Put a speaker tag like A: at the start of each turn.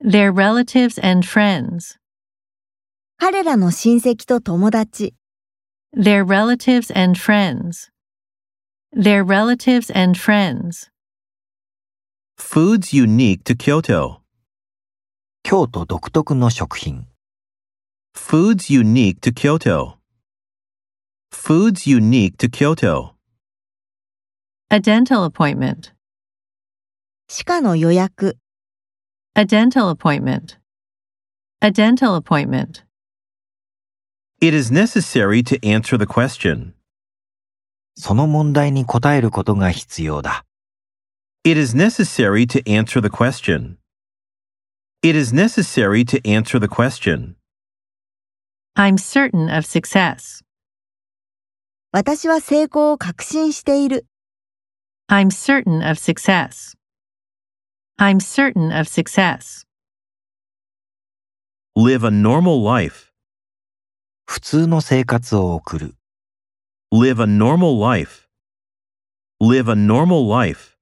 A: their relatives and friends,
B: 彼らの親戚と友達、
A: their relatives and friends, their relatives and friends,
C: Foods unique to Kyoto.
D: 京都独特の食品
C: Foods unique to Kyoto. Foods unique to Kyoto.
A: a dental appointment,
B: 歯科の予約、
A: a dental appointment, a dental appointment,
C: It is necessary to answer the question.
D: その問題に答えることが必要だ
C: It is necessary to answer the question. It is necessary to answer the question.
A: I'm certain of success.
B: 私は成功を確信している、
A: I'm certain of success. I'm certain of success.
C: Live a normal life.
D: 普通の生活を送る
C: Live a normal life. Live a normal life.